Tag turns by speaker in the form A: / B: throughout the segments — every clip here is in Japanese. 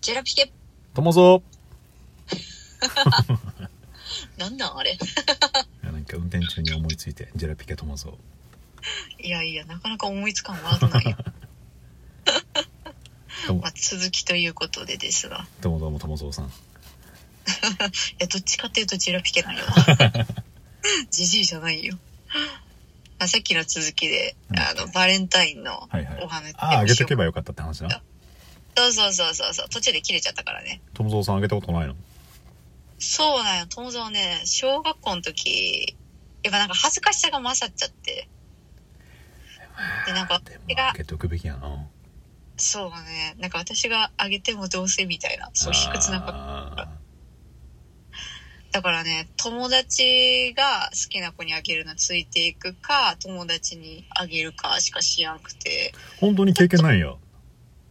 A: ジェラピケ、
B: ともぞ
A: なんなんあれ。
B: いやなんか運転中に思いついてジェラピケともぞ
A: いやいや、なかなか思いつかんワードない よ。
B: どうも
A: まあ、続きということでですが。
B: どうもどうもともぞさん
A: いや、どっちかっていうとジェラピケなんよ。 ジジイじゃないよ。まあ、さっきの続きで、
B: うん
A: あの、バレンタインの
B: はいはい
A: お花って、
B: あああげとけばよかったって話な
A: そうそうそうそうそう。途中で切れちゃったからね。
B: ともぞさんあげたことないの
A: そうなんよ。友蔵ね、小学校の時、やっぱなんか恥ずかしさが勝っちゃって。で、なんか
B: でも
A: 私
B: あ
A: が、
B: げとくべきやな
A: そうね、なんか私があげてもどうせみたいな、そう、卑屈なこと。
B: あ
A: だからね、友達が好きな子にあげるのついていくか、友達にあげるかしかしやんくて。
B: ー本当に経験ないんや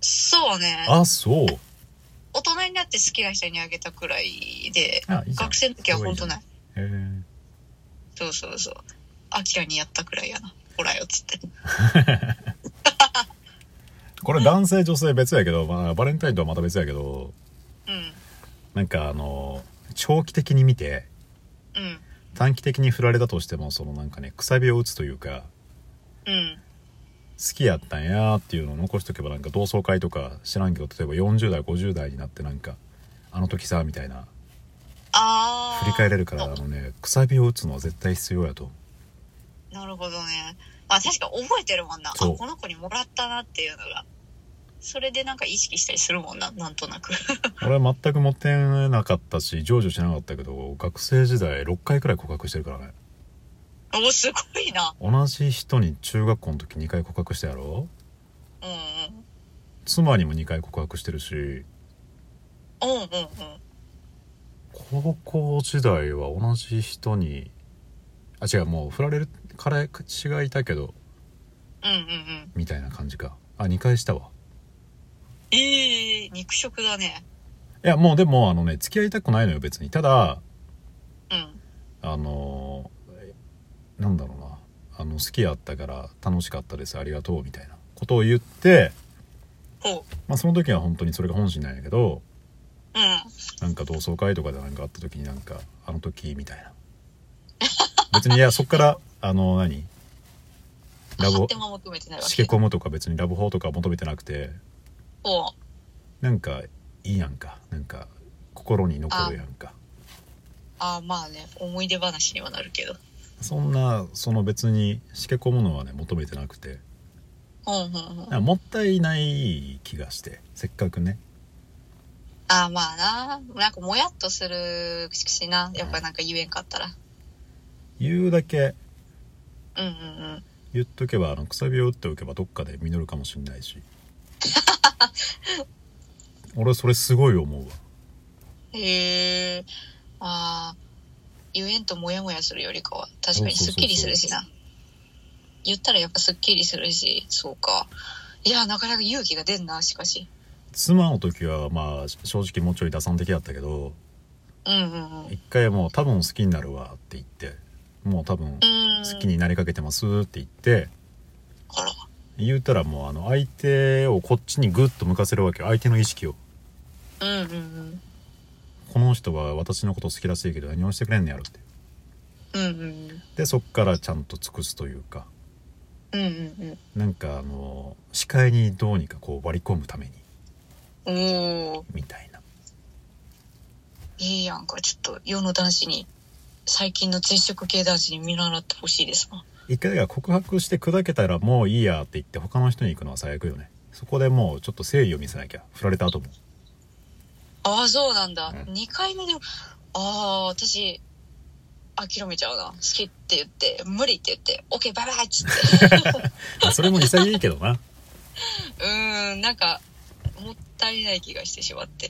A: そうね、
B: あそう
A: 大人になって好きな人にあげたくらいで、
B: あいいじゃん
A: 学生の時は本当ない。
B: へえ
A: そうそうそう。アキラにやったくらいやな。ほらよ、つって。
B: これ男性女性別やけど、まあ、バレンタインとはまた別やけど
A: うん、
B: なんかあの長期的に見て
A: うん、
B: 短期的に振られたとしてもそのなんかねくさびを打つというか
A: うん。
B: 好きやったんやーっていうのを残しとけばなんか同窓会とか知らんけど例えば40代50代になってなんかあの時さみたいな
A: ああ。
B: 振り返れるからあのねくさびを打つのは絶対必要やと
A: なるほどね。あ、確か覚えてるもんな。あ、
B: そう
A: この子にもらったなっていうのが。それでなんか意識したりするもんな、なんとなく。
B: 俺は全くモテなかったし成就しなかったけど学生時代6回くらい告白してるからね
A: お、すごいな。
B: 同じ人に中学校の時2回告白したやろ
A: うんうん。
B: 妻にも2回告白してるし
A: うんうんうん。
B: 高校時代は同じ人にあ違うもう振られる彼氏がいたけど
A: うんうんうん。
B: みたいな感じかあ2回したわ
A: ええ肉食だね。
B: いやもうでもあのね付き合いたくないのよ別にただ
A: うん。
B: あのーなんだろうなあの好きやったから楽しかったですありがとうみたいなことを言って、
A: ほう。
B: まあ、その時は本当にそれが本心なんやけど
A: うん。
B: なんか同窓会とかでなんかあった時になんかあの時みたいな別にいやそっからあの何ラブ
A: 発
B: ホ
A: 展も求めてないわ
B: し
A: け。
B: け込むとか別にラブホとか求めてなくて
A: ほう。
B: なんかいいやんかなんか心に残るやんか
A: あーまあね、思い出話にはなるけど。
B: そんなその別にしけ込むのはね求めてなくて
A: うんうんうん。
B: なんかもったいない気がしてせっかくね
A: あーまあな。なんかもやっとするしな。やっぱなんか言えんかったら。
B: 言うだけ
A: うんうんうん。
B: 言っとけばあのくさびを打っておけばどっかで実るかもしんないし 俺それすごい思うわ
A: へえ。ああ。言えんとモヤモヤするよりかは、確かに
B: そうそうそうそう
A: スッキリするしな。言ったらやっぱスッキリするし、そうか。いや、なかなか勇気が出んな、しかし。
B: 妻の時はまあ正直もうちょい打算的だったけど
A: うんうんうん。
B: 一回もう多分好きになるわって言ってもう多分
A: うん。
B: 好きになりかけてますって言って
A: あら。
B: 言うたらもうあの相手をこっちにグッと向かせるわけよ相手の意識を
A: うんうん
B: この人は私のこと好きらしいけど何をしてくれんねやろって
A: うん。うんうん
B: でそっからちゃんと尽くすというか
A: うん。うんうん
B: なんかあの視界にどうにかこう割り込むために
A: うん。おお
B: みたいな
A: ー、いいやんか。ちょっと、世の男子に、最近の絶食系男子に見習ってほしいですな。
B: 一回が告白して砕けたらもういいやって言って他の人に行くのは最悪よねそこでもうちょっと誠意を見せなきゃ振られた後も
A: ああ、そうなんだ。
B: う
A: 2回目でも、ああ、私、諦めちゃうな。好きって言って、無理って言って、オッケーバイバイっつって。
B: あそれも潔いけどな
A: うーん、なんか、もったいない気がしてしまって。い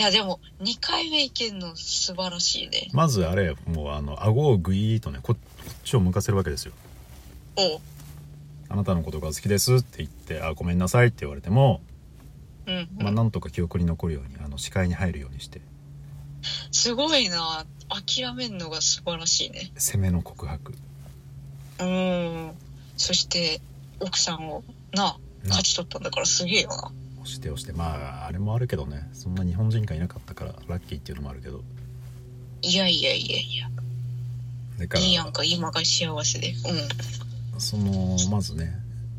A: や、でも、2回目いけるの素晴らしいね。
B: まずあれもうあの顎をグイーッとねここっちを向かせるわけですよ
A: おう。
B: あなたのことが好きですって言ってあごめんなさいって言われても、
A: うん、うん
B: まあ、なんとか記憶に残るようにあの視界に入るようにして
A: すごいな。諦めんのが素晴らしいね。
B: 攻めの告白
A: うーん。そして、奥さんを、な、
B: な
A: 勝ち取ったんだからすげえよな。
B: 押して押してまああれもあるけどねそんな日本人がいなかったからラッキーっていうのもあるけど
A: いやいやいやいや。
B: だか
A: いいやん
B: ら
A: か、今が幸せで。う
B: そのまずね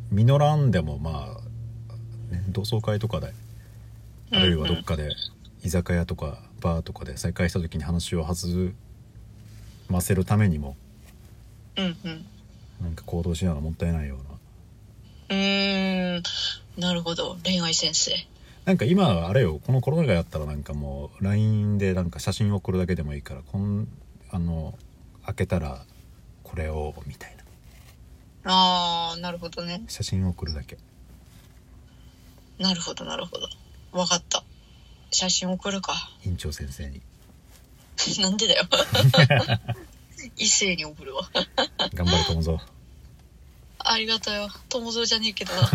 B: 実らんでもまあ、ね、同窓会とかで
A: ん。
B: あるいはどっかで居酒屋とかバーとかで再会した時に話を弾ませるためにも
A: うんうん。うんうん。
B: なんか行動しながらもったいないような
A: うーん。なるほど。恋愛先生。
B: なんか今あれよこのコロナ禍やったらなんかもう LINE でなんか写真送るだけでもいいからこんあの開けたらこれをみたいな
A: あー、なるほどね。
B: 写真送るだけ
A: なるほど、なるほど。わかった。写真送るか。
B: 院長先生に
A: なんでだ よ。一斉に送るわ。
B: 頑張れ友蔵
A: ありがとうよ。友蔵じゃねえ けどな。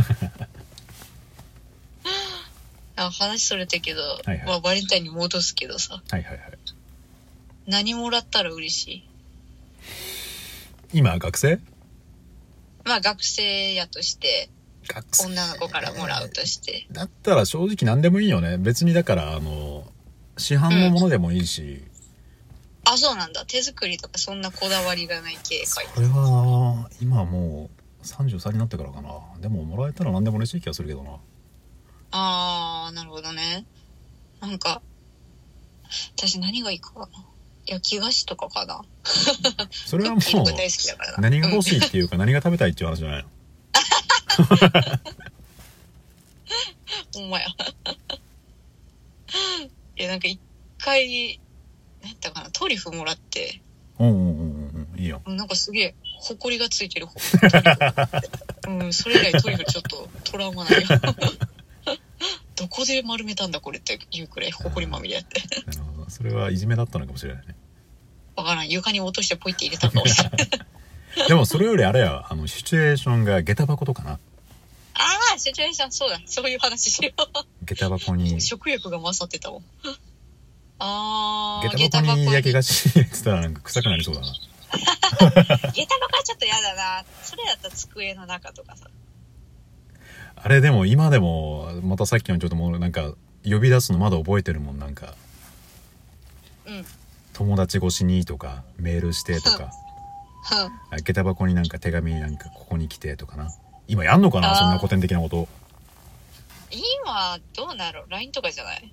A: あ話それたけど、
B: いはい
A: まあ、バレンタインに戻すけどさ
B: はいはいはい
A: 何もらったら嬉しい
B: 今学生
A: まあ学生やとして
B: 学生
A: 女の子からもらうとして
B: だったら正直何でもいいよね別にだからあの市販のものでもいいし、
A: あそうなんだ手作りとかそんなこだわりがない系かい
B: これは今もう33になってからかなでももらえたら何でも嬉しい気がするけどな
A: あーなるほどねなんか私何がいいかな焼き菓子とかかな
B: そ
A: ク
B: れはも
A: ッキーとか
B: う
A: 大好きだからな
B: 何が欲
A: い、
B: しいっていうか何が食べたいっていう話じゃないの
A: うん、ほんまや いやなんか一回何やったかなトリュフもらって
B: うんうんうんうんうんいいよ
A: なんかすげえ、ほこりがついてるほトリュ フうん、それ以来トリュフちょっとトラウマないよ。 どこで丸めたんだこれっていうくらいほこりまみれやって。
B: なるほどそれはいじめだったのかもしれないね
A: わからん。床に落としてポイって入れたんか もしれん。
B: でもそれよりあれやあのシチュエーションが下駄箱とかな
A: ああ、シチュエーション、そうだ。そういう話しよ
B: 下駄箱
A: う。
B: に下
A: 食欲が勝ってたもん。ああ、
B: 駄箱に焼き
A: 下
B: 菓子入れてたらなんか臭くなりそうだな
A: 駄箱はちょっと嫌だな。それだったら机の中とかさ。
B: あれでも今でもまたさっきのちょっともうなんか呼び出すのまだ覚えてるもんなんか
A: うん。うん。
B: 友達越しにとかメールしてとか下駄箱になんか手紙なんかここに来てとかな今やんのかな
A: あー
B: そんな古典的なこと
A: 今、どうなろう ?LINE とかじゃない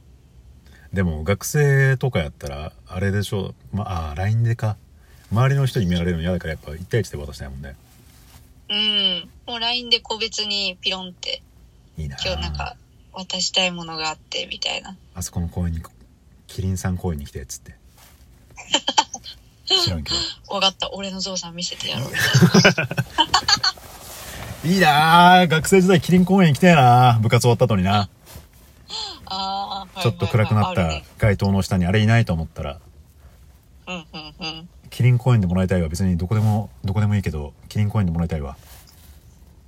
B: でも学生とかやったらあれでしょまああー LINE でか周りの人に見られるの嫌だからやっぱ1対1で渡したいもんね
A: うん。もう LINE で個別にピロンって、
B: いいな
A: 今日なんか渡したいものがあって、みたいな。
B: あそこの公園にキリンさん公園に来てっつって 知らんけ
A: わかった。俺のゾウさん見せてやろう。
B: どいいなあ学生時代キリン公園行きたいな部活終わった後にな
A: ああ、
B: ちょっと暗くなっ
A: ある
B: た
A: ね
B: 街灯の下にあれいないと思ったら
A: うんうんうん。
B: キリン公園でもらいたいわ別にどこでもどこでもいいけどキリン公園でもらいたいわ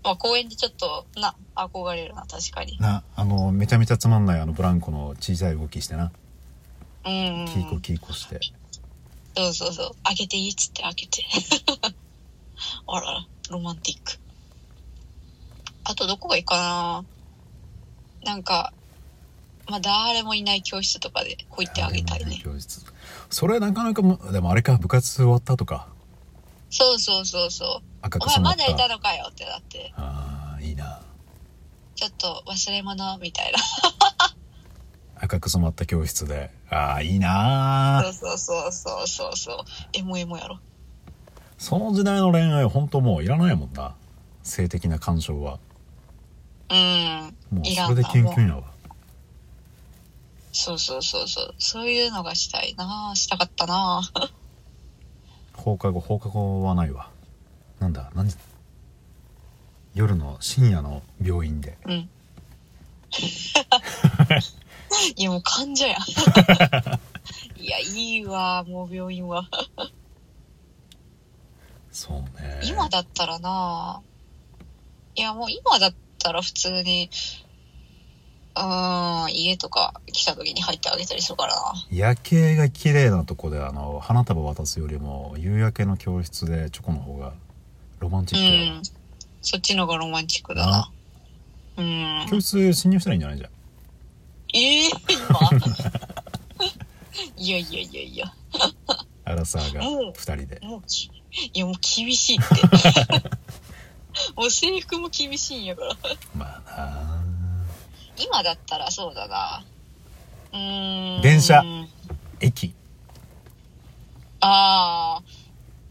A: まあ公園でちょっと、な、憧れるな、確かに。
B: なあのめちゃめちゃつまんないあのブランコの小さい動きしてな
A: うん、うん。
B: キーコキーコして
A: そうそうそう。開けていいっつって開けて。 あらら、ロマンティック。あとどこがいいかななんか、まあ誰もいない教室とかでこう言ってあげたいね。
B: 教室それなかなかもでもあれか部活終わったとか
A: そうそうそうそう。
B: 赤
A: お
B: く
A: 前
B: 染ま
A: ま
B: っ
A: だいた
B: た
A: のかよってなって、
B: ああいいな
A: ちょっと忘れ物みたいな。
B: 赤く染まった教室でああいいな
A: そうそうそうそうそうそう。エモエモやろ。
B: その時代の恋愛本当もういらないもんな性的な干渉は
A: うん。
B: もう
A: いら
B: そ
A: ん
B: れ
A: な
B: で研究員
A: もう
B: だわ
A: そうそうそうそう。そういうのがしたいなしたかったな
B: 放課後放課後はないわなんだ何時夜の深夜の病 院で
A: うん。いやもう患 者や。いや、いいわ、もう病院は。
B: そうね
A: 今だったらないや、もう今だったら普通に、うーん、家とか来た時に入ってあげたりするからな。
B: 夜景が綺麗なとこであの花束渡すよりも夕焼けの教室でチョコの方がロマンチックだわ
A: うん。そっちのがロマンチックだな。うん。
B: 教室侵入したらいいんじゃないじゃん
A: いやいやいやいや。
B: アラサーが
A: うん
B: 2人で、
A: もうき、いやもう厳しいって。 もう制服も厳しいんやから。
B: まあなあ
A: 今だったらそうだな。うーん。
B: 電車駅
A: あー、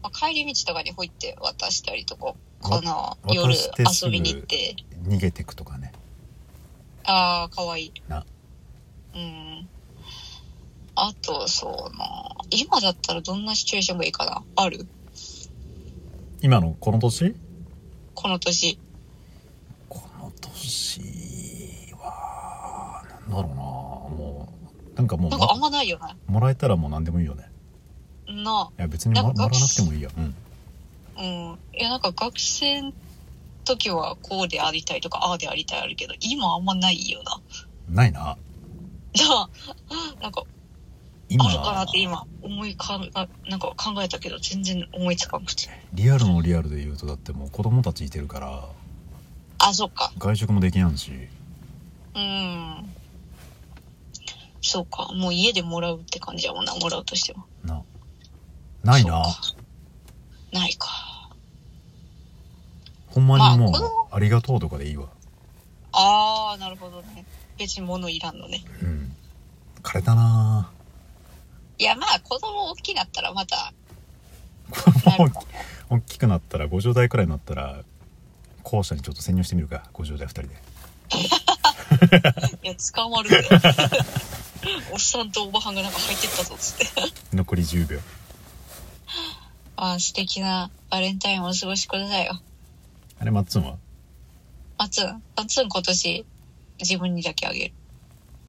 A: まあ。帰り道とかにほいって渡したりとかかな
B: わ。渡
A: 夜
B: してす
A: 遊
B: ぐ
A: びに行って。
B: 逃げてくとかね
A: ああ、かわいい。
B: な
A: うん。あと、そうな。今だったらどんなシチュエーションがいいかな。ある
B: 今のこの年
A: この年。
B: この年はなんだろうなもうなんかもう
A: なん
B: も
A: かあんまないよね。
B: もらえたらもう何でもいいよね
A: ない
B: や別にも
A: な
B: も
A: んから
B: わなくてもいいやうん
A: あ。うん。いや、なんか学生の時はこうでありたいとか、ああでありたいあるけど、今あんまないよな。
B: ないな
A: じゃあ、なんか
B: 今
A: あるかなって今思いかんあなんか考えたけど全然思いつかなくて
B: リアルのリアルで言うとだってもう子供たちいてるから
A: あそっか
B: 外食もできやんし
A: うんそうかもう家でもらうって感じやもんなもらうとしても
B: なないな
A: そないか
B: ほんまにもう
A: まあ子供
B: 「ありがとう」とかでいいわ
A: ああなるほどね別に物いらんのね
B: うん枯れたない
A: やまあ子供大きくなったらま たな
B: もう
A: るか
B: 大きくなったら50代くらいになったら校舎にちょっと潜入してみるか50代2人で
A: いや捕まるよおっさんとおばはんがなんか入ってったぞっつって
B: 残り10秒
A: ああ素敵なバレンタインをお過ごしくださいよ
B: あれマッツンは
A: マツンマツン今年自分にだけあげる